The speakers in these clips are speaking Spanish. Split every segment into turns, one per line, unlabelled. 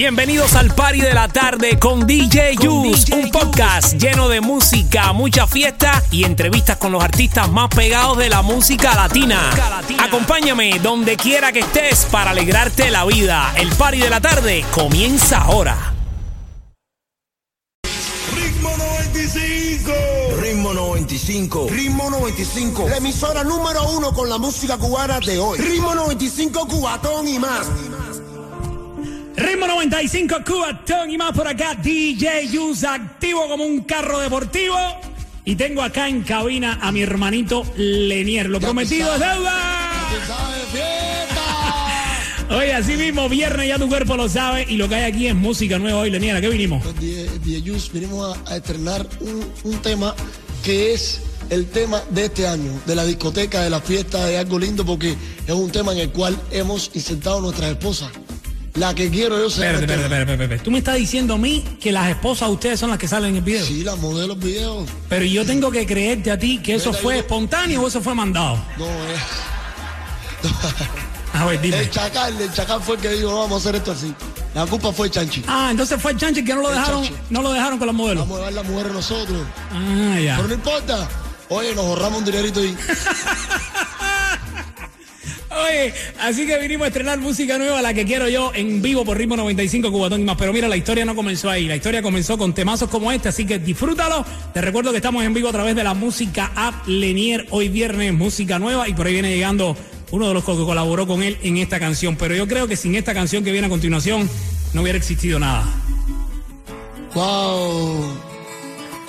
Bienvenidos al Party de la Tarde con DJ Juice, un podcast lleno de música, mucha fiesta y entrevistas con los artistas más pegados de la música latina. Acompáñame donde quiera que estés para alegrarte la vida. El Party de la Tarde comienza ahora.
Ritmo 95.
Ritmo 95.
Ritmo 95.
La emisora número uno con la música cubana de hoy. Ritmo 95 Cubatón y más.
Ritmo 95, Cubatón y más por acá. DJ Juice activo como un carro deportivo. Y tengo acá en cabina a mi hermanito Lenier. Lo prometido es deuda. Oye, así mismo, viernes ya tu cuerpo lo sabe y lo que hay aquí es música nueva hoy, Lenier. ¿A qué vinimos?
Dieyus, venimos a, a estrenar un, un tema que es el tema de este año, de la discoteca, de la fiesta, de algo lindo, porque es un tema en el cual hemos insertado nuestras esposas. La que quiero yo ser.
Espérate, espérate, espérate, espérate, espérate. Tú me estás diciendo a mí que las esposas de ustedes son las que salen en el video.
Sí, la modelo video.
Pero yo tengo que creerte a ti que eso
Mira,
fue
yo-
espontáneo o eso fue mandado.
No,
eh.
es.
A ver, dime.
El chacal, el chacal fue el que dijo, no, vamos a hacer esto así. La culpa fue el chanchi.
Ah, entonces fue el chanche que no lo dejaron,
chanche.
no lo dejaron con los modelos.
Vamos a dar la mujer nosotros.
Ah, ya.
Pero no importa. Oye, nos ahorramos un dinerito y.
Oye, así que vinimos a estrenar música nueva, la que quiero yo, en vivo por Ritmo 95 Cubatón y más. Pero mira, la historia no comenzó ahí, la historia comenzó con temazos como este, así que disfrútalo. Te recuerdo que estamos en vivo a través de la música App Lenier, hoy viernes, música nueva, y por ahí viene llegando uno de los que colaboró con él en esta canción. Pero yo creo que sin esta canción que viene a continuación, no hubiera existido nada.
¡Wow!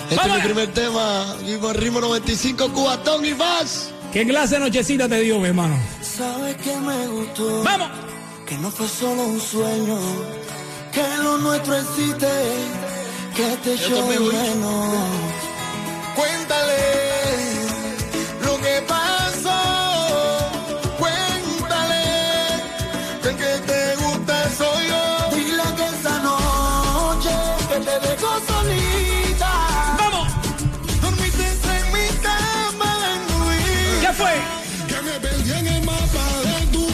Este
Vamos.
es mi primer tema. Vivo en Ritmo 95, Cubatón y más.
¿Qué clase de nochecita te dio, mi hermano?
¿Sabes qué me gustó?
¡Vamos!
Que no fue solo un sueño. Que lo nuestro existe. Que te
Yo
echo de
también voy.
menos. Cuéntale lo que pasó. Cuéntale que el que te gusta soy yo. Dile que esa noche que te dejó solita.
¡Vamos!
Dormiste en mi cama en
¿Qué fue?
Que me perdí en el mapa de tu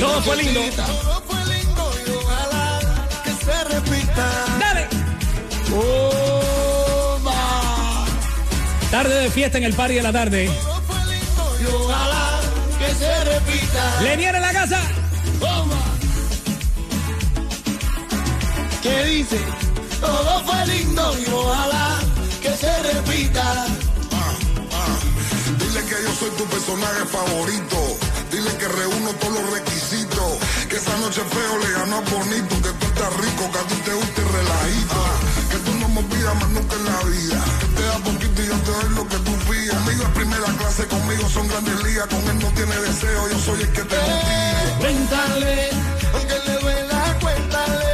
Todo fue lindo.
Todo fue lindo y ojalá que se repita.
¡Dale!
Oh, ma.
Tarde de fiesta en el party de la tarde.
Todo fue lindo y ojalá que se repita.
¡Lenier en la casa!
Oh, ma. ¿Qué dice? Todo fue lindo y ojalá que se repita.
Dile que yo soy tu personaje favorito. Dile que reúno todos los requisitos. Que esa noche feo le ganó a bonito. Que tú estás rico, que a ti te gusta y relajito. Que tú no me olvidas más nunca en la vida. Que te da poquito y yo te doy lo que tú pidas. Conmigo es primera clase, conmigo son grandes ligas. Con él no tiene deseo, yo soy el que te motiva.
Cuéntale, aunque le duela, cuéntale.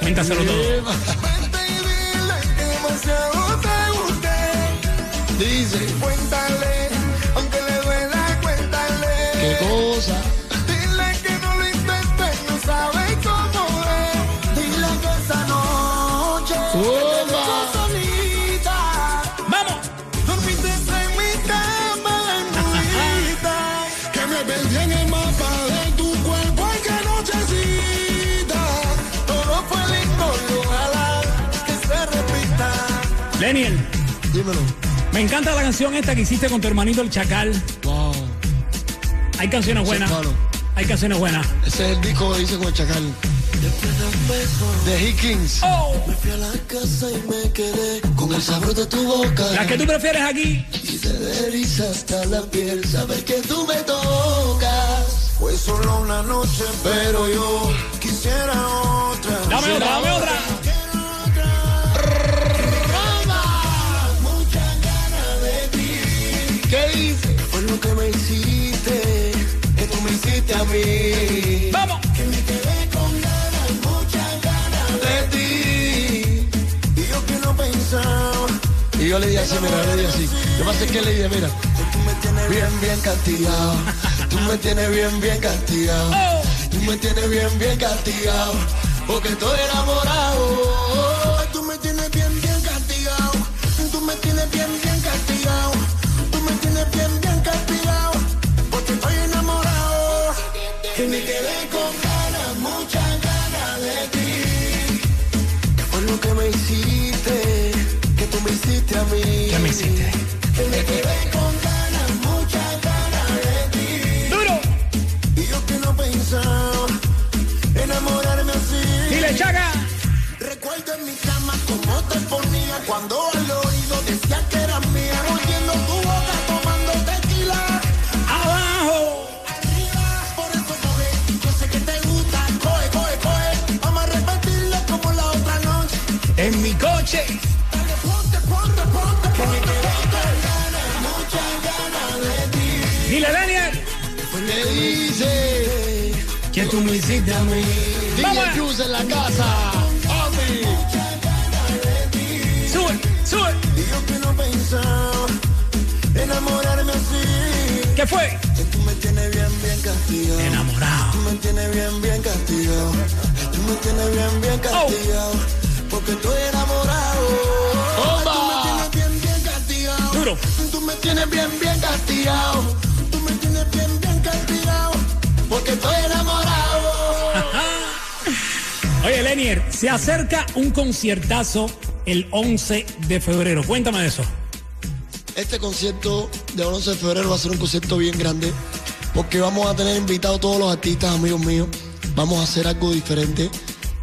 Cuéntaselo todo.
Vente y dile que demasiado te gusté.
Dice,
Cuéntale, aunque le duela,
qué
cuéntale.
cosa.
Dile que no lo intentes, no sabes cómo es. Dile que esa noche
Toma.
dejó solita.
¡Vamos!
Dormiste en mi cama en nudita.
Que me perdí en el mapa de tu cuerpo y que nochecita.
Todo fue lindo y ojalá que se repita.
Leniel,
Dímelo.
me encanta la canción esta que hiciste con tu hermanito el Chacal.
Wow.
Hay canciones buenas.
claro.
Hay canciones buenas.
Ese es el disco que hice con el chacal. De Higgins.
Oh.
Me fui a la casa y me quedé con el sabor de tu boca.
Las que tú prefieres aquí.
Y se desliza hasta la piel saber que tú me tocas. Fue solo una noche, pero yo quisiera otra.
Dame otra, dame otra.
¿Qué dice?
Fue lo que me hiciste, que tú me hiciste a mí.
¡Vamos!
De ti. Y yo que no pensaba
Y yo le dije así, mira, le dije así. Lo que pasa es que le dije, mira,
que tú me tienes
bien, bien castigado. Tú me tienes bien, bien castigado.
Oh.
Tú me tienes bien, bien castigado. Porque estoy enamorado.
Ay, Tú me tienes bien, bien castigado. Tú me tienes bien, bien castigado. Tú me tienes bien, bien castigado. Porque estoy enamorado. Que me quedé con ganas, muchas ganas. tú me hiciste a mí.
Vamos.
DJ Juice en la casa. Omi.
Sube, sube.
Y yo que no pensaba enamorarme así.
¿Qué fue?
Que tú me tienes bien, bien castigado. Tú
Enamorado.
me tienes bien, bien castigado. Tú me tienes bien, bien
Oh,
castigado. Porque estoy enamorado.
¡Toma!
Tú me tienes bien, bien castigado.
Duro.
Tú me tienes bien, bien castigado. Tú me tienes bien, bien castigado. Porque estoy enamorado.
Oye, Lenier, se acerca un conciertazo el 11 de febrero. Cuéntame de eso.
Este concierto de 11 de febrero va a ser un concierto bien grande porque vamos a tener invitados todos los artistas, amigos míos. Vamos a hacer algo diferente.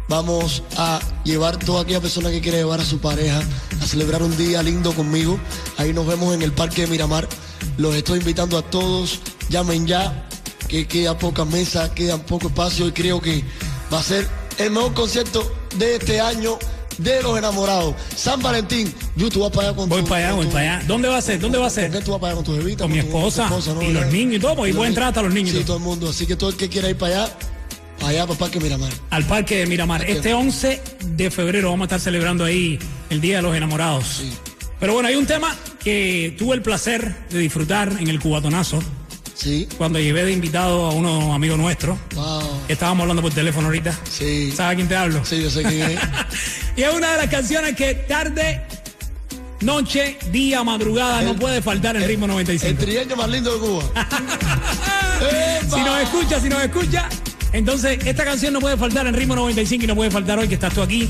Vamos a llevar toda aquella persona que quiere llevar a su pareja a celebrar un día lindo conmigo. Ahí nos vemos en el Parque de Miramar. Los estoy invitando a todos. Llamen ya, que quedan pocas mesas, quedan poco espacio y creo que va a ser el mejor concierto de este año de los enamorados. San Valentín, yo tú vas para allá con
Voy
tu-
para allá,
con
voy
tu-
para allá. ¿Dónde va a ser? ¿Dónde va a
¿Por qué
ser?
tú vas para allá con tus evitas?
Eh, Con mi esposa y los niños y todo, porque ahí pueden entrar hasta los niños y
Sí,
todo.
todo el mundo. Así que todo el que quiera ir para allá, para allá, papá, que mira mal.
Al Parque de Miramar. Este 11 de febrero vamos a estar celebrando ahí el Día de los Enamorados. Pero bueno, hay un tema que tuve el placer de disfrutar en el cubatonazo,
Sí.
cuando llevé de invitado a unos amigos nuestros.
Wow.
Estábamos hablando por teléfono ahorita.
Sí.
¿Sabes a quién te hablo?
Sí, yo sé quién es.
y es una de las canciones que tarde, noche, día, madrugada no puede faltar en ritmo
El
95.
trigueño más lindo de Cuba. ¡Epa!
Si nos escucha, si nos escucha, entonces esta canción no puede faltar en ritmo 95 y no puede faltar hoy que estás tú aquí.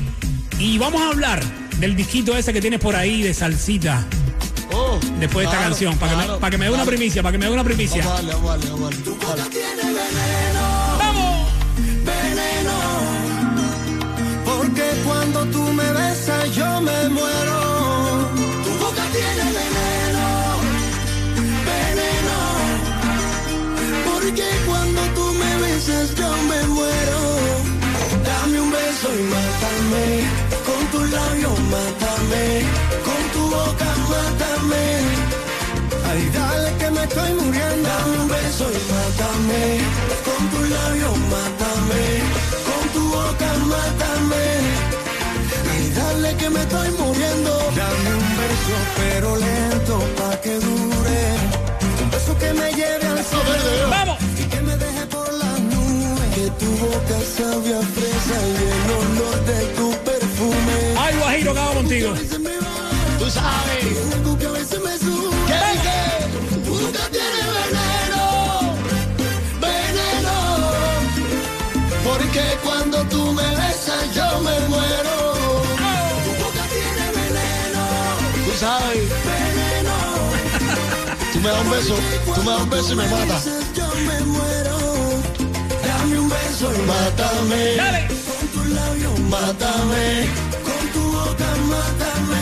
Y vamos a hablar del disquito ese que tienes por ahí de salsita
Oh,
después de esta
claro,
canción, para que me,
claro,
pa' que me dé una
claro.
primicia, para que me dé una primicia.
Vamos a darle, vamos a darle, vamos a darle. Vale.
¡Vamos!
Veneno. Porque cuando tú me besas, yo me muero. Tu boca tiene veneno. Veneno. Porque cuando tú me besas, yo me muero. Dame un beso y mátame. Con tus labios, mátame. Con tu boca, mátame. Ay, dale que me estoy muriendo. Dame un beso y mátame. Con tu labio mátame. Con tu boca mátame. Ay, dale que me estoy muriendo. Dame un beso pero lento pa' que dure. Un beso que me lleve al cielo.
¡Vamos!
Y que me deje por las nubes. Que tu boca sabe a fresa y el olor de tu perfume.
¡Ay, Guajiro, acabo contigo!
Se me va,
Tú sabes.
y algo que a veces me sube.
¿Qué dice?
Nunca tiene veneno, veneno,
Porque cuando tú me besas, yo me muero.
nunca tiene veneno,
Tú sabes.
veneno.
Tú me das un beso. Tú me das un beso y me matas.
Veces Yo me muero, dame un beso y
Mátame.
¡Dale!
con tu labio,
Mátame.
con tu boca mátame.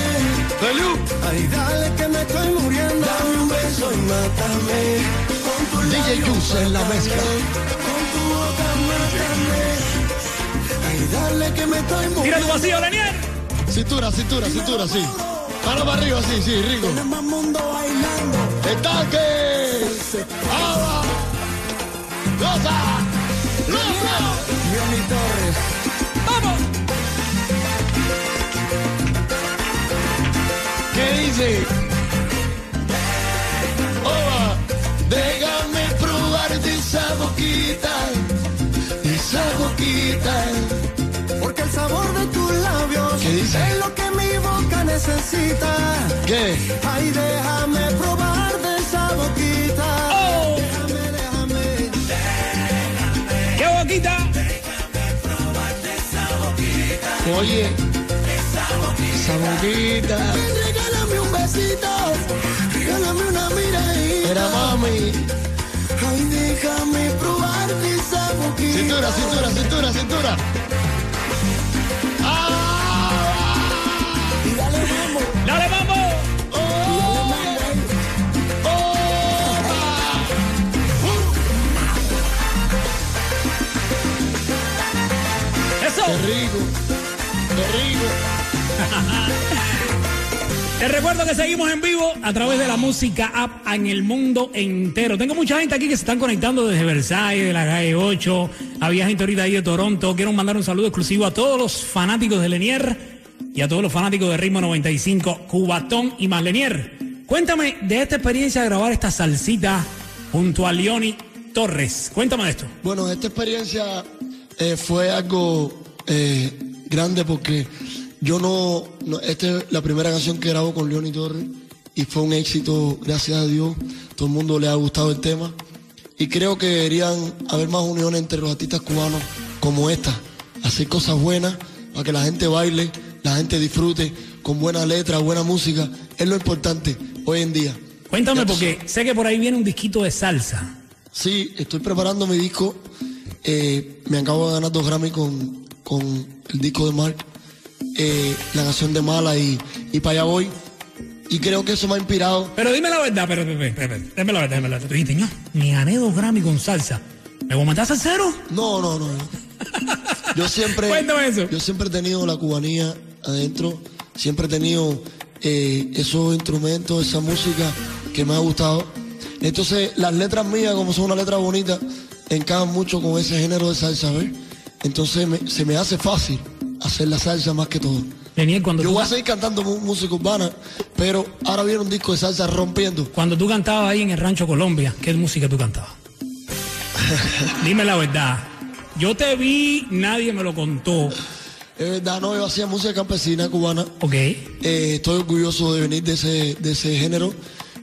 Feliu.
Ay, dale que me estoy muriendo, dame un beso y mátame. Con tu
DJ
labio,
Juice en la mezcla.
con tu boca mátame. Ay, dale que me estoy muriendo.
¡Tira tu vacío, Lenier!
Cintura, cintura, cintura, sí. Mano para arriba, sí, sí, rico.
Tenemos más mundo bailando.
¡El tanque! ¡Agua! ¡Losa! ¡Losa!
Johnny Torres.
¡Vamos!
¿Qué dice? ¡Oba! Déjame probarte esa boquita, esa boquita.
Porque el sabor de tus labios
¿Qué dice?
es lo que mi boca necesita.
¿Qué?
Ay, déjame probar de esa boquita.
¡Oh!
Déjame, déjame.
¡Qué boquita!
Oye, esa boquita.
Regálame un besito. Regálame una
Era
miradita.
mami.
Ay, déjame probar de esa boquita.
Cintura, cintura, cintura, cintura. ¡Ah!
Y dale, vamos.
¡Dale, vamos! ¡Eso!
¡Qué rico! ¡Qué rico!
Te recuerdo que seguimos en vivo a través de la música app en el mundo entero. Tengo mucha gente aquí que se están conectando desde Versailles, de la calle 8, Había gente ahorita ahí de Toronto. Quiero mandar un saludo exclusivo a todos los fanáticos de Lenier y a todos los fanáticos de Ritmo 95, Cubatón y más Lenier. Cuéntame de esta experiencia de grabar esta salsita junto a Leoni Torres. Cuéntame de esto.
Bueno, esta experiencia eh, fue algo eh, grande porque yo no, no- Esta es la primera canción que grabo con Leoni Torres y fue un éxito, gracias a Dios. Todo el mundo le ha gustado el tema y creo que deberían haber más unión entre los artistas cubanos como esta. Hacer cosas buenas para que la gente baile, la gente disfrute con buena letra, buena música. Es lo importante hoy en día.
Cuéntame
Ya tú
porque sé que por ahí viene un disquito de salsa.
Sí, estoy preparando mi disco. Eh, me acabo de ganar dos Grammy con, con el disco de Mark, eh, la canción de Mala y, y para allá voy. Y creo que eso me ha inspirado.
Pero dime la verdad, pero, pero, pero, pero, dime la verdad, dime la verdad. Tú dijiste, "Ño, me gané dos Grammy con salsa. ¿Me voy a matar salsero?
No, no, no. no. Yo siempre,
Cuéntame eso.
yo siempre he tenido la cubanía adentro. Siempre he tenido eh, esos instrumentos, esa música que me ha gustado. Entonces, las letras mías, como son una letra bonita, encajan mucho con ese género de salsa, ¿ves? Entonces, me- se me hace fácil hacer la salsa más que todo.
Lenier, cuando,
Yo
tú,
voy a seguir cantando mu- música urbana, pero ahora viene un disco de salsa rompiendo.
cuando tú cantabas ahí en el Rancho Colombia, ¿qué música tú cantabas? dime la verdad. Yo te vi, nadie me lo contó.
Es verdad, no, yo hacía música campesina cubana.
Ok.
Eh, estoy orgulloso de venir de ese, de ese género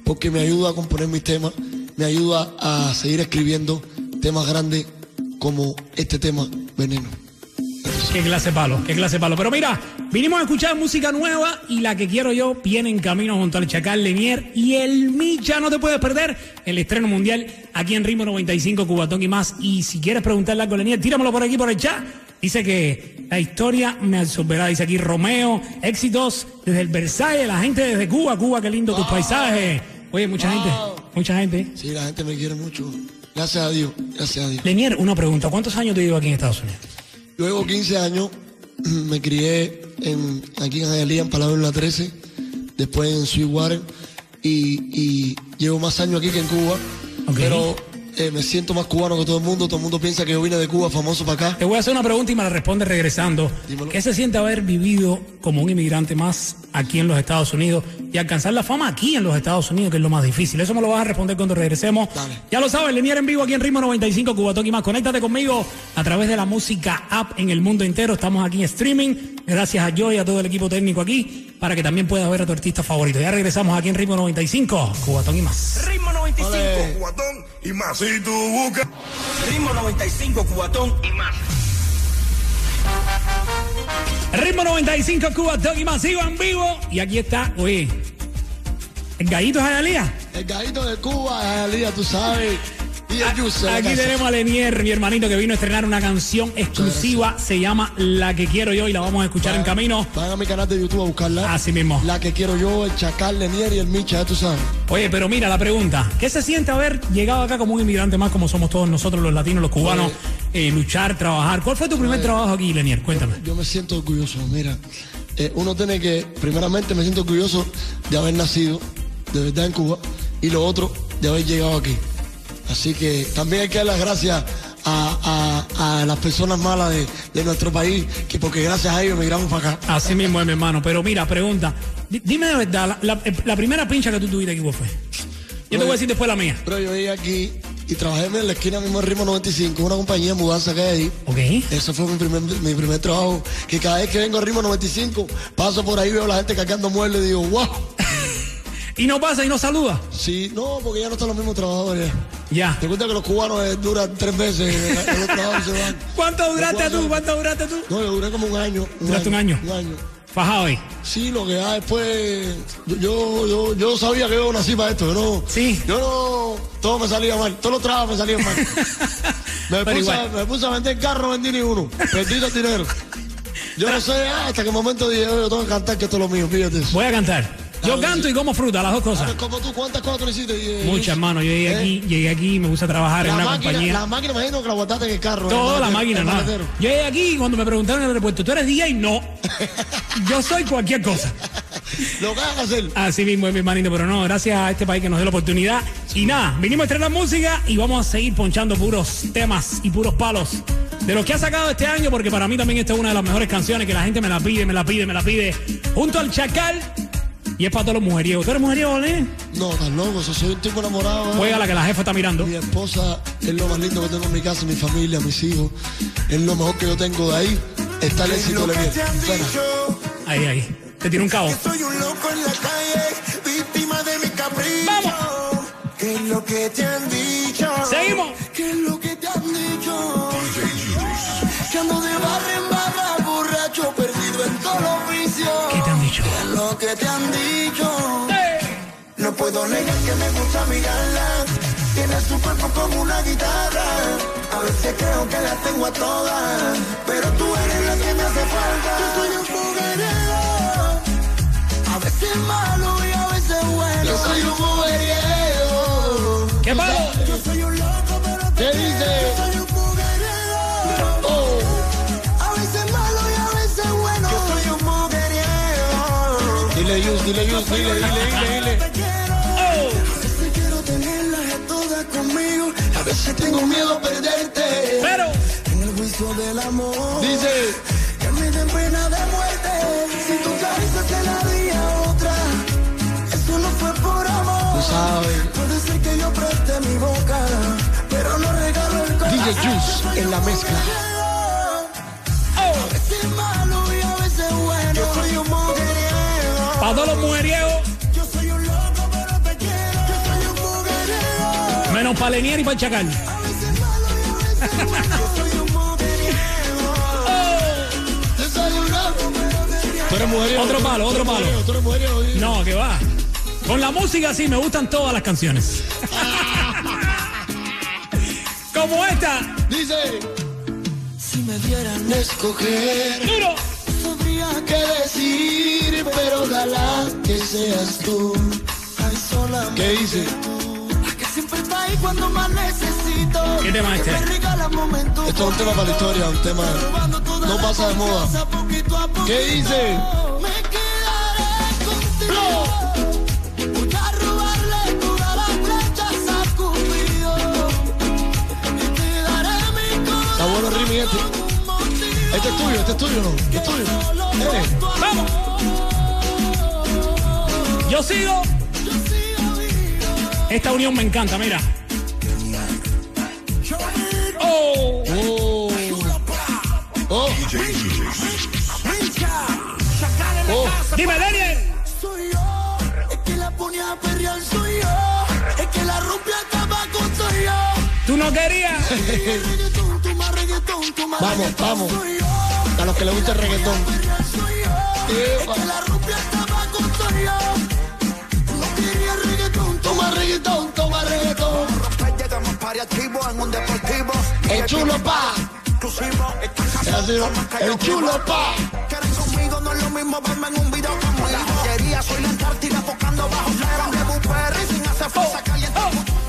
porque me ayuda a componer mis temas, me ayuda a seguir escribiendo temas grandes como este tema, Veneno.
Qué clase de palo, qué clase de palo. Pero mira, vinimos a escuchar música nueva y la que quiero yo viene en camino junto al Chacal Lenier y el Micha. No te puedes perder el estreno mundial aquí en Ritmo 95, Cubatón y más. Y si quieres preguntarle algo a Lenier, tíramelo por aquí, por el chat. Dice que la historia me absorberá. Dice aquí Romeo, éxitos desde el Versailles, la gente desde Cuba. Cuba, qué lindo tus paisajes. Oye, mucha gente, mucha gente.
Sí, la gente me quiere mucho. Gracias a Dios, gracias a Dios.
Lenier, una pregunta. ¿Cuántos años te llevo aquí en Estados Unidos?
Luego 15 años me crié en, aquí en Angelía, en Palabra en la 13, después en Sweetwater y, y llevo más años aquí que en Cuba,
Ok.
pero eh, me siento más cubano que todo el mundo, todo el mundo piensa que yo vine de Cuba famoso para acá.
Te voy a hacer una pregunta y me la responde regresando.
Dímelo.
¿Qué se siente haber vivido como un inmigrante más aquí en los Estados Unidos y alcanzar la fama aquí en los Estados Unidos, que es lo más difícil? Eso me lo vas a responder cuando regresemos.
Dale.
Ya lo sabes, Lenier en vivo aquí en Ritmo 95, Cubatoqui más. Conéctate conmigo a través de la música app en el mundo entero. Estamos aquí en streaming. Gracias a yo y a todo el equipo técnico aquí para que también puedas ver a tu artista favorito. Ya regresamos aquí en Ritmo 95, Cubatón y más.
Ritmo 95.
Ole.
Guatón y más. Si tú buscas.
Ritmo 95, Cubatón y más.
Ritmo 95 Cuba Doggy Masivo en vivo. Y aquí está, oye, el gallito Jayalía.
El gallito de Cuba, de Angelía, tú sabes. Y el Yuse.
Aquí tenemos a Lenier, mi hermanito, que vino a estrenar una canción exclusiva. Se llama La que quiero yo y la vamos a escuchar en camino.
Van a mi canal de YouTube a buscarla.
Así mismo.
La que quiero yo, el Chacal, Lenier y el Micha, ya tú sabes.
Oye, pero mira la pregunta. ¿Qué se siente haber llegado acá como un inmigrante más, como somos todos nosotros los latinos, los cubanos? eh, luchar, trabajar. ¿Cuál fue tu primer trabajo aquí, Lenier? Cuéntame.
Yo me siento orgulloso, mira. eh, uno tiene que, primeramente me siento orgulloso de haber nacido de verdad en Cuba y lo otro de haber llegado aquí. Así que también hay que dar las gracias a, a- a las personas malas de, de nuestro país, que porque gracias a ellos emigramos para acá.
Así mismo es, mi hermano. Pero mira, pregunta. Di- Dime de verdad, la, la- la primera pincha que tú tuviste aquí, ¿cuál fue? Yo te voy a decir después la mía.
Pero yo llegué aquí y trabajé en la esquina mismo del Ritmo 95, una compañía de mudanza que hay ahí.
Ok.
Eso fue mi primer, mi primer trabajo. Que cada vez que vengo a Ritmo 95, paso por ahí, veo a la gente cargando muebles y digo, wow.
Y no pasa y no saluda.
Sí, no, porque ya no están los mismos trabajadores.
Ya.
Te cuenta que los cubanos eh, duran tres meses en el- en los trabajos se van.
¿Cuánto duraste
Los
tú?
cubanos-
¿Cuánto duraste tú?
No, yo duré como un año.
¿Duraste un año?
Un año.
Fajado ahí.
Sí, lo que ya después. Yo, yo, yo, yo sabía que yo nací para esto. Yo no,
Sí.
Yo no. Todo me salía mal. Todos los trabajos me salían mal. Me
Pero
puse, a-
igual.
me puse a vender carro, no vendí ni uno. Perdí todo el dinero. Yo no sé ah, hasta qué momento dije, "Oye, yo tengo que cantar que esto es lo mío, fíjate. eso.
Voy a cantar. Yo
Claro,
canto
sí.
y como fruta, las dos
Ah,
cosas.
Como tú, ¿cuántas cosas tú le hiciste? Y, eh,
Muchas, hermano. Yo llegué
eh,
aquí, llegué aquí, me puse a trabajar en
La
una
máquina, la
compañía.
máquina, imagino que la guardaste en el carro. en el
Toda la
maletero,
máquina,
en el
nada. Yo
maletero.
llegué aquí y cuando me preguntaron en el aeropuerto, ¿tú eres DJ? No. Yo soy cualquier cosa.
Lo que hagas hacer.
Así mismo es mi hermanito, pero no, gracias a este país que nos dio la oportunidad. Y nada, vinimos a estrenar música y vamos a seguir ponchando puros temas y puros palos de los que ha sacado este año, porque para mí también esta es una de las mejores canciones que la gente me la pide, me la pide, me la pide, junto al Chacal. Y es para todos los mujeriegos. ¿Tú eres mujeriego, ¿eh?
No, tan loco, so- soy un tipo enamorado. ¿eh?
Juega la que la jefa está mirando.
Mi esposa es lo más lindo que tengo en mi casa, mi familia, mis hijos. Es lo mejor que yo tengo de ahí. Está el éxito de la
Te han
Bueno,
dicho
Ahí, ahí. Te tiene un cabo.
que soy un loco en la calle, víctima de mi capricho. ¿Qué es lo que te han dicho?
Seguimos.
¿Qué es lo que te han dicho?
Que ando de barra en barra, borracho, perdido en todos los vicios.
¿Qué te han dicho?
Lo que te han dicho,
¡Eh!
no puedo negar que me gusta mirarla. Tiene su cuerpo como una guitarra. A veces creo que las tengo a todas, pero tú eres la que me hace falta. Yo soy un foguerero, a veces malo y a veces bueno.
Yo soy un mujeriego.
¡Qué palo!
Yo soy un loco, pero
¿Qué dice?
soy un foguerero.
Oh,
A veces malo y a veces bueno. Yo soy un mujeriego.
dile Yus, dile Yus, dile, dile, dile, dile.
Te quiero. A veces quiero tenerlas a todas conmigo. A veces tengo miedo a perderte.
Pero,
En el juicio del amor.
Dice,
Que me den pena de muerte. Si tu caricia se la di a otra. Eso no fue por
tú
amor.
sabes.
Puede ser que yo preste mi boca. Pero no regalo el corazón.
DJ Juice en la mezcla.
A veces malo y a veces bueno. Yo soy un mujeriego.
para todos los mujeriegos,
Yo soy un loco, pero te quiero. Yo soy un mujeriego.
menos para Lenier y para el Chacal.
A veces malo y a veces bueno. Yo soy un mujeriego.
Yo soy un loco. Tú eres mujeriego.
Otro
tú-
palo,
tú
otro
eres
palo.
mujeriego, Tú eres mujeriego. ¿sí?
No, que va. Con la música sí, me gustan todas las canciones. Como esta,
Dice,
Si me dieran,
escoger
duro.
sabría que
qué decir, pero ojalá que seas tú.
hay sola
¿Qué dice?
que siempre está ahí cuando más necesito.
¿Qué tema es
Que
este?
Me regala momentos.
Esto es un tema para la historia, un tema.
robando toda
No
la
pasa de moda.
confianza, poquito a
¿Qué
poquito.
dice?
Me quedaré contigo. Voy a robarle todas las flechas a Cupido. Y te daré mi corazón.
Está bueno el ritmo este.
con un motivo
Este es tuyo, este es tuyo, ¿no? Este es tuyo.
solo
Eh,
por tu
Vamos. Yo sigo.
Yo sigo vivo.
Esta unión me encanta, mira. Oh.
Oh. Oh. Oh.
Dime, Daniel.
Soy yo, es que la ponía a perrear, soy yo, es que la rompe a tabaco, soy yo.
Tú no querías.
Reggaetón, tú más reggaetón, tú más
Vamos,
reggaetón,
vamos.
soy yo,
A los que les gusta el reggaetón.
perrear, soy yo, es
Epa.
que la rompe a tabaco, soy yo. Tú No querías reggaetón, tú
Toma reggaetón, toma reggaetón.
Llegamos pariativo en un deportivo.
El chulo pa.
Inclusivo, están
Es así, ¿no? El chulo pa.
Quieren conmigo, no es lo mismo verme en un video conmigo. La joyería, soy la Antártida tocando bajo cero. De Buperri sin hacer fuerza caliente.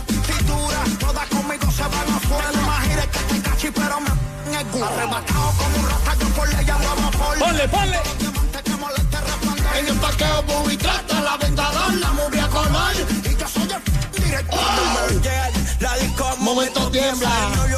Cintura, todas conmigo se van afuera. No más gires que te cachi, pero me en el culo. Arrebatado como un rata, yo por ley llamo por
Ponle, ponle.
Diamante que molesta, resplandor.
En el parqueo, Bobby trata la vendadora, la movia color.
Y yo soy el director. La disco
Momento tiembla.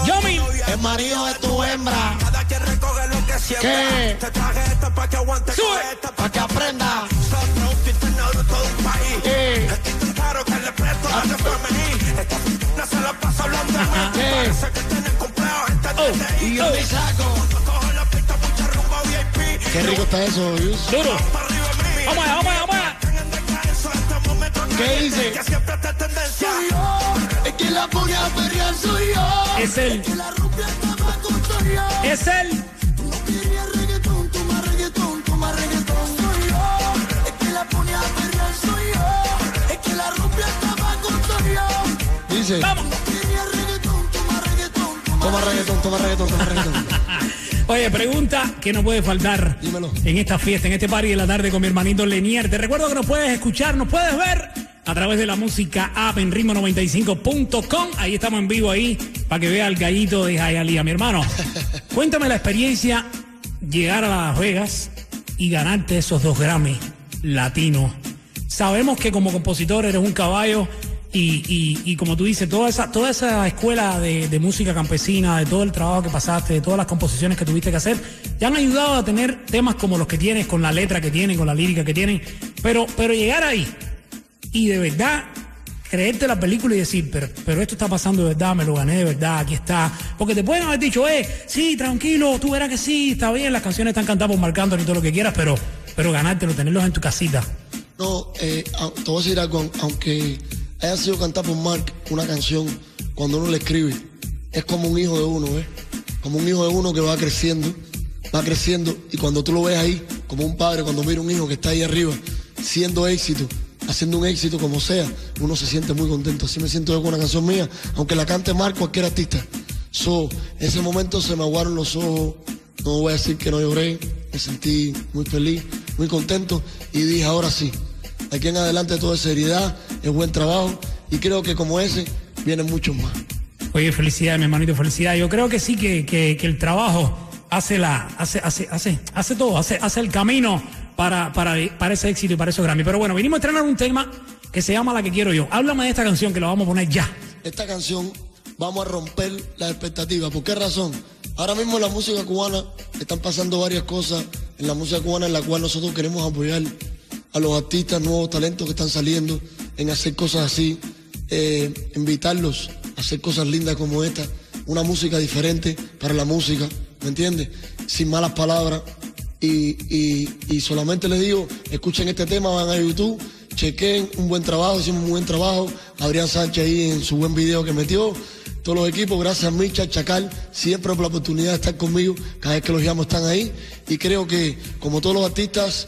Yomi.
El marido de tu hembra.
Cada quien recoge lo que
¿Qué?
Te traje esta pa' que aguante
Sube.
con esta
Pa' que aprenda.
Nosotros, un internado de todo un país.
¿Qué?
Estoy tan caro que le presto la de femenil. Esta no se la pasa hablando de mí.
¿Qué?
Parece que tienen comprado esta
Oh.
DTI.
Y yo me saco.
Cojo la pista, pucha rumbo VIP.
Qué rico está eso, Yus.
Duro.
Pa' arriba mí.
Vamos allá, vamos allá, vamos allá.
Están en descanso, este momento
¿Qué dice?
Que siempre está en tendencia.
soy yo, es que la ponía a perrear, soy yo,
Es él.
que la rompe a tabaco, soy yo.
Es él.
No quería reggaetón, toma reggaetón, toma reggaetón. Soy yo, es que la pone a perrear, soy yo, es que la rompe el tabaco, soy yo.
Dice.
Vamos.
No quería reggaetón, toma reggaetón, toma
Toma reggaetón, toma reggaetón, toma reggaetón.
Oye, pregunta que no puede faltar
Dímelo.
en esta fiesta, en este party de la tarde con mi hermanito Lenier. Te recuerdo que nos puedes escuchar, nos puedes ver a través de la música app en ritmo95.com. Ahí estamos en vivo ahí para que vea al gallito de Jayalía. Mi hermano, cuéntame la experiencia llegar a Las Vegas y ganarte esos dos Grammy latinos. Sabemos que como compositor eres un caballo Y, y- y como tú dices, toda esa, toda esa escuela de, de música campesina, de todo el trabajo que pasaste, de todas las composiciones que tuviste que hacer, te han ayudado a tener temas como los que tienes, con la letra que tienen, con la lírica que tienen. Pero, pero llegar ahí y de verdad creerte la película y decir, pero, pero esto está pasando de verdad, me lo gané de verdad, aquí está. Porque te pueden haber dicho, eh, sí, tranquilo, tú verás que sí, está bien, las canciones están cantadas por Marc Anthony y todo lo que quieras, pero, pero ganártelo, tenerlos en tu casita.
No, eh, a- te voy a decir algo, aunque haya sido cantar por Mark una canción, cuando uno le escribe, es como un hijo de uno, ¿ves? Como un hijo de uno que va creciendo, va creciendo, y cuando tú lo ves ahí, como un padre, cuando mira un hijo que está ahí arriba, siendo éxito, haciendo un éxito como sea, uno se siente muy contento. Así me siento yo con una canción mía, aunque la cante Mark, cualquier artista. So, ese momento se me aguaron los ojos, no voy a decir que no lloré, me sentí muy feliz, muy contento y dije ahora sí. de Aquí en adelante todo es seriedad, es buen trabajo y creo que como ese vienen muchos más.
Oye, felicidad, mi hermanito, felicidad. Yo creo que sí que, que- que el trabajo hace la, hace, hace, hace, hace todo, hace, hace el camino para, para, para ese éxito y para esos Grammy. Pero bueno, vinimos a estrenar un tema que se llama La que quiero yo. Háblame de esta canción que la vamos a poner ya.
Esta canción vamos a romper las expectativas. ¿Por qué razón? Ahora mismo en la música cubana están pasando varias cosas en la música cubana en la cual nosotros queremos apoyar a los artistas, nuevos talentos que están saliendo, en hacer cosas así, eh, invitarlos a hacer cosas lindas como esta, una música diferente para la música, ¿me entiendes? Sin malas palabras, y, y- y solamente les digo, escuchen este tema, van a YouTube, chequen un buen trabajo, hicimos un buen trabajo. Adrián Sánchez ahí en su buen video que metió. Todos los equipos, gracias Micha, Chacal, siempre por la oportunidad de estar conmigo. Cada vez que los llamo están ahí. Y creo que, como todos los artistas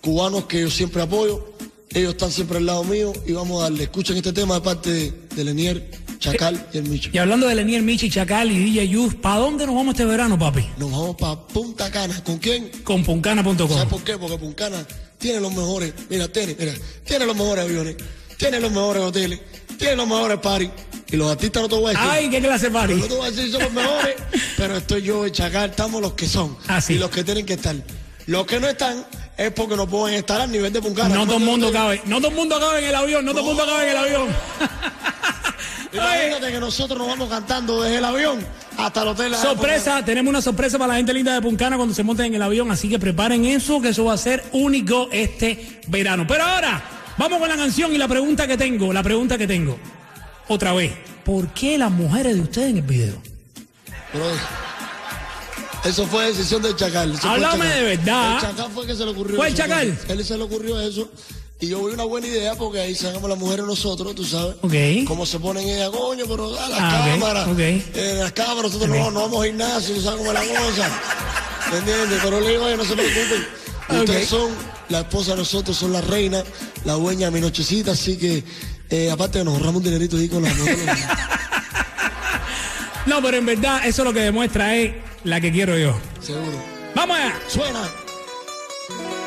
cubanos que yo siempre apoyo, ellos están siempre al lado mío y vamos a darle. Escuchen este tema de parte de, de Lenier, Chacal y el Micha.
Y hablando de Lenier Michi, Chacal y DJ Yus, ¿para dónde nos vamos este verano, papi?
Nos vamos para Punta Cana. ¿Con quién?
Con puncana.com.
¿Sabes por qué? Porque Puncana tiene los mejores, mira, tiene, mira, tiene los mejores aviones, tiene los mejores hoteles, tiene los mejores paris. Y los artistas no te voy a decir.
Ay, qué clase de party.
No te voy a decir son los mejores, pero estoy yo y Chacal, estamos los que son.
Así.
Y los que tienen que estar. Los que no están es porque no pueden estar al nivel de Puncana.
No todo el mundo
Imagínate-
cabe, no todo el mundo cabe en el avión, no todo el mundo cabe en el avión. Oye.
Imagínate que nosotros nos vamos cantando desde el avión hasta el hotel.
Ah, Sorpresa, tenemos una sorpresa para la gente linda de Puncana cuando se monten en el avión, así que preparen eso, que eso va a ser único este verano. Pero ahora, vamos con la canción y la pregunta que tengo, la pregunta que tengo, otra vez, ¿por qué las mujeres de ustedes en el video?
Pero eso fue decisión del Chacal. eso fue el
Háblame
Chacal.
de verdad.
El Chacal fue que se le ocurrió
¿Fue el
eso,
Chacal?
pues. Él se le ocurrió eso. Y yo vi una buena idea porque ahí sacamos las mujeres nosotros, tú sabes.
Ok.
Cómo se ponen ellas, coño, pero a las
Ah, ok,
cámaras.
ok.
eh, las cámaras, nosotros no, no vamos a gimnasio, tú sabes cómo es la cosa. ¿Me entiendes? Pero le digo, oye, no se preocupen.
Ok.
Ustedes son la esposa de nosotros, son la reina, la dueña de mi nochecita, así que eh, aparte nos ahorramos un dinerito ahí con las modelos.
No, pero en verdad eso lo que demuestra es la que quiero yo.
seguro.
Vamos allá,
Suena,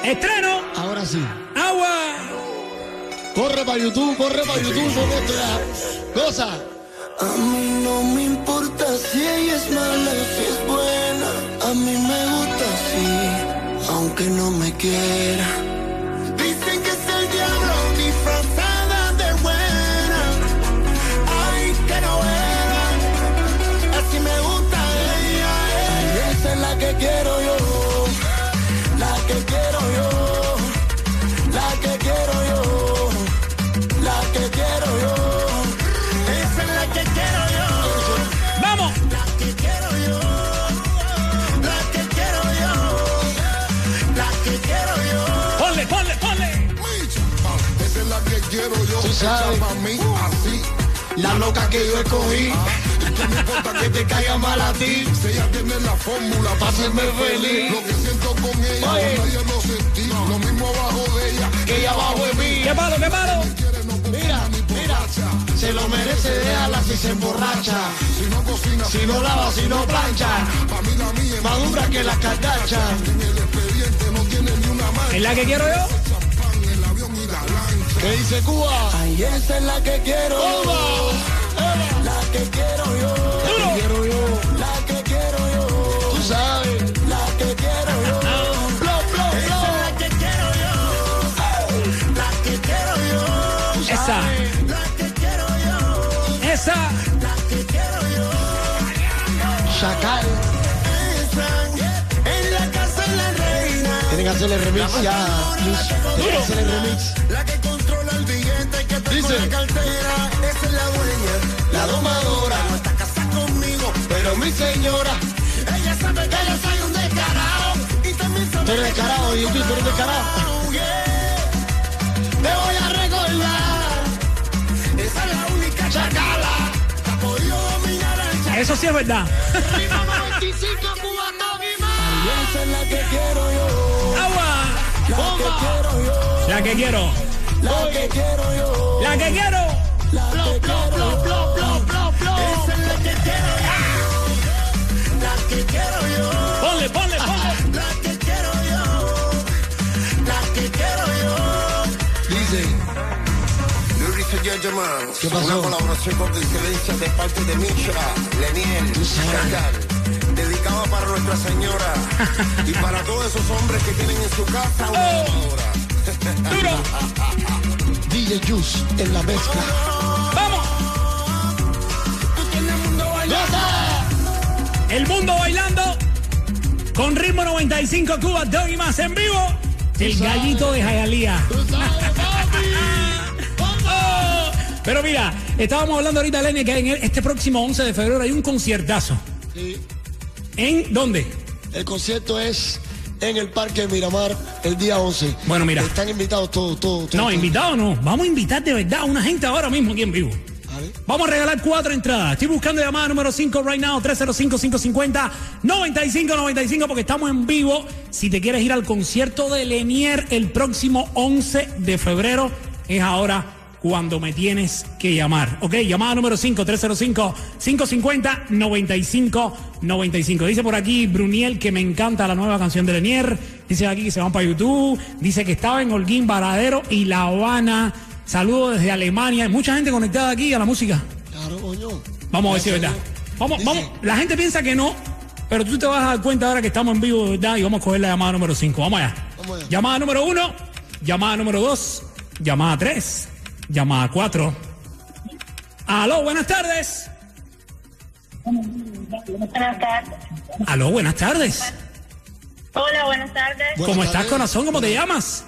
estreno,
ahora sí.
agua.
Corre para YouTube, corre para YouTube, con esto ya. Goza.
A mí no me importa si ella es mala, si es buena. A mí me gusta así, aunque no me quiera. Dicen que es el diablo disfrazada de buena. Ay, que no era. Así me gusta ella. eh. Esa es la que quiero yo. La que quiero yo. La que quiero yo. La que quiero yo. Esa es la que quiero yo,
Vamos,
la que quiero yo, la que quiero yo, la que quiero yo.
ponle, ponle, ponle.
Esa es la que quiero yo.
Tú sabes.
para mí, así.
La loca que yo escogí.
Y que no importa que te
Caiga mal a ti.
Si ella tiene la fórmula para hacerme feliz. Lo que siento con ella,
Oye.
con ella no sentí. Lo mismo abajo de ella.
Que ella abajo es mí.
Qué palo, qué palo.
Mira, mira. Se lo merece, déjala si se emborracha.
Si no cocina,
Si no lava, si no plancha.
para mí la mía
Más dura que las cartachas.
en el expediente no tiene ni una marca.
Es la que quiero yo.
Champán, el avión y la lancha.
¿Qué dice Cuba?
Ay, esa es la que quiero yo, la que quiero yo,
Quiero yo.
la que quiero yo,
Tú sabes.
la que quiero yo.
Blow, blow,
Esa es
blow.
la que quiero yo, la que quiero yo,
Esa.
la que quiero
Tienen que hacerle remix ya. Yus. Tienen que hacerle remix.
La que controla el billete que está
Dice.
con la cartera, esa es la dueña, la domadora. No está casada conmigo, pero mi señora, ella sabe que yo soy un descarado y también sabe
Tú eres
que
descarado,
yo
Yuki,
soy
tú eres descarado.
yeah. Te voy a recordar, esa es la única chacala que ha podido dominar al chacal.
Eso sí es verdad.
Esa es la que quiero yo.
Agua. La que quiero.
La que quiero yo.
La que quiero.
Esa es la que quiero yo, la que quiero yo.
Ponle, ponle, ponle.
La que quiero yo, la que quiero yo.
Dice,
Luis y Giorgio Man,
¿Qué pasó?
Una colaboración con excelencia de parte de Micha, Leniel, Chacal. Dedicada para nuestra señora y para todos esos hombres que tienen en su casa una lavadora.
Duro.
DJ Juice en la mezcla.
Vamos. El mundo bailando. Con ritmo 95 Cuba, Don y más en vivo. El gallito de Jayalía. Oh, Pero mira, estábamos hablando ahorita, Lene, que en el- este próximo 11 de febrero hay un conciertazo.
Sí.
¿En dónde?
El concierto es en el Parque Miramar el día 11.
Bueno, mira.
Están invitados todos, todos, todos.
No,
todos.
invitado no. Vamos a invitar de verdad a una gente ahora mismo aquí en vivo.
A ver.
Vamos a regalar cuatro entradas. Estoy buscando llamada número 5 right now, 305-550-9595, porque estamos en vivo. Si te quieres ir al concierto de Lenier el próximo 11 de febrero, es ahora cuando me tienes que llamar. Ok, llamada número 5, 305-550-9595. Dice por aquí Bruniel que me encanta la nueva canción de Lenier. Dice aquí que se van para YouTube. Dice que estaba en Holguín, Varadero y La Habana. Saludos desde Alemania. Hay mucha gente conectada aquí a la música.
Claro, coño.
Vamos a ver si es verdad. Vamos, vamos. La gente piensa que no, pero tú te vas a dar cuenta ahora que estamos en vivo, de ¿verdad? Y vamos a coger la llamada número 5. Vamos allá.
Vamos allá.
Llamada número 1, llamada número 2, llamada 3, llamada 4. Aló, buenas tardes.
Buenas tardes.
Aló, buenas tardes.
Hola, buenas tardes.
Buenas
¿Cómo estás,
tardes.
corazón? ¿Cómo te llamas?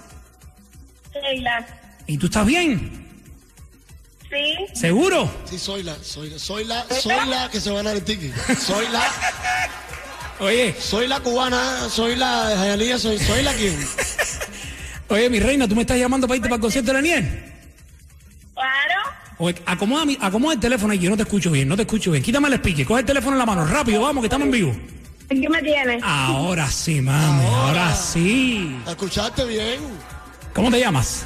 Sheila.
¿Y tú estás bien?
Sí,
¿Seguro?
Sí, soy la, soy la, soy la, soy la que se van a ganar el ticket. Soy la,
Oye,
soy la cubana, soy la de Jayalía, soy, soy la quien.
oye, mi reina, ¿tú me estás llamando para irte para el concierto de la nieve?
claro.
Oye, acomoda, mi- acomoda el teléfono aquí, yo no te escucho bien, no te escucho bien. Quítame el speaker, coge el teléfono en la mano, rápido, vamos, que estamos en vivo.
¿Qué me tienes?
Ah. Ahora sí, mami, ahora, sí.
¿La escuchaste bien?
¿Cómo te llamas?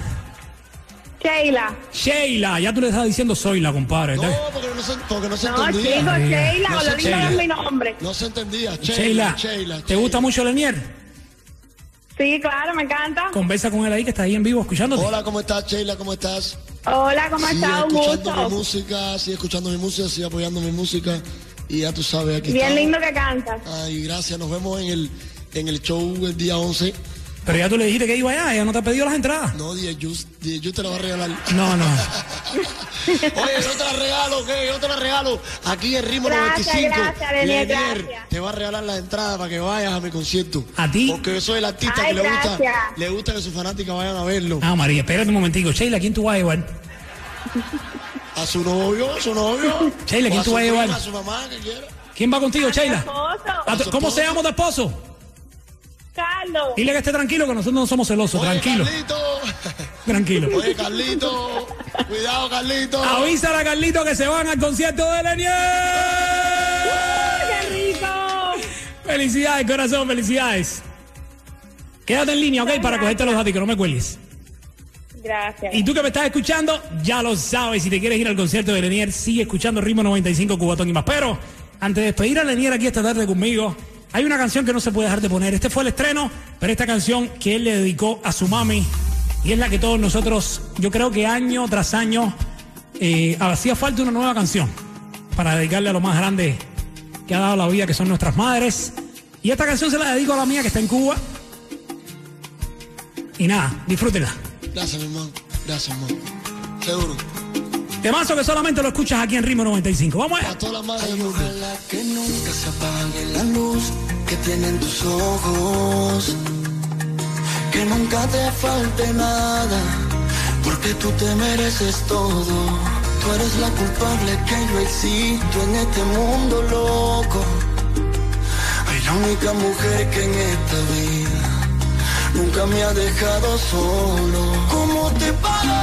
Sheila.
Sheila, ya tú le estás diciendo Soyla, compadre.
No,
¿te-
Oh, porque no se, porque no se
No,
entendía.
chicos, Sheila,
No
no
sé,
lo digo
Sheila.
es mi nombre.
No se entendía.
Sheila,
Sheila, Sheila.
¿te gusta mucho Lenier?
Sí, claro, me encanta.
Conversa con él ahí que está ahí en vivo escuchándote.
Hola, ¿cómo estás, Sheila? ¿Cómo estás?
Hola, ¿cómo
Sigue
estás? Un
escuchando mi
gusto.
música, sigue escuchando mi música, sigue apoyando mi música. Y ya tú sabes, aquí
Bien
estamos.
lindo que cantas.
Ay, gracias. Nos vemos en el, en el show el día 11.
Pero ya tú le dijiste que iba allá, ella no te ha pedido las entradas.
No, DJ Juice, DJ Juice te la va a regalar.
No, no.
Oye, yo te la regalo, ¿qué? Yo te la regalo. Aquí en Ritmo
Gracias,
95.
gracias, Lenier,
Lenier,
gracias.
Te va a regalar la entrada para que vayas a mi concierto.
¿A ti?
Porque yo soy el artista
Ay,
que le gusta,
gracias.
le gusta que sus fanáticas vayan a verlo.
Ah, María, espérate un momentico. Sheila, ¿quién tú vas a llevar?
A su novio, a su novio.
Sheila,
O
¿quién
a
tú
su
vas a llevar?
prima, A su mamá, que quiera.
¿Quién va contigo, Sheila? Ah.
Esposo,
¿A tu- ¿Cómo se llama tu esposo?
Carlos.
Dile que esté tranquilo, que nosotros no somos celosos.
Oye,
Tranquilo,
Carlito.
tranquilo.
Oye, Carlito. Cuidado, Carlito.
Avísale a Carlito que se van al concierto de Lenier.
¡Qué rico!
Felicidades, corazón, felicidades. Quédate en línea, ok, para cogerte los datos, que no me cuelgues.
Gracias.
Y tú que me estás escuchando, ya lo sabes. Si te quieres ir al concierto de Lenier, sigue escuchando Ritmo 95 Cubatón y más. Pero antes de despedir a Lenier aquí esta tarde conmigo, hay una canción que no se puede dejar de poner. Este fue el estreno, pero esta canción que él le dedicó a su mami. Y es la que todos nosotros, yo creo que año tras año, eh, hacía falta una nueva canción para dedicarle a lo más grande que ha dado la vida, que son nuestras madres. Y esta canción se la dedico a la mía que está en Cuba. Y nada, disfrútenla.
Gracias, mi hermano. Gracias, hermano. Seguro.
Temazo que solamente lo escuchas aquí en Ritmo 95. Vamos allá.
A todas las madres del mundo.
Ojalá que nunca se apague la luz que tienen tus ojos. nunca te falte nada, porque tú te mereces todo. Tú eres la culpable que yo existo en este mundo loco. Ay, la única mujer que en esta vida nunca me ha dejado solo. ¿Cómo te pagas?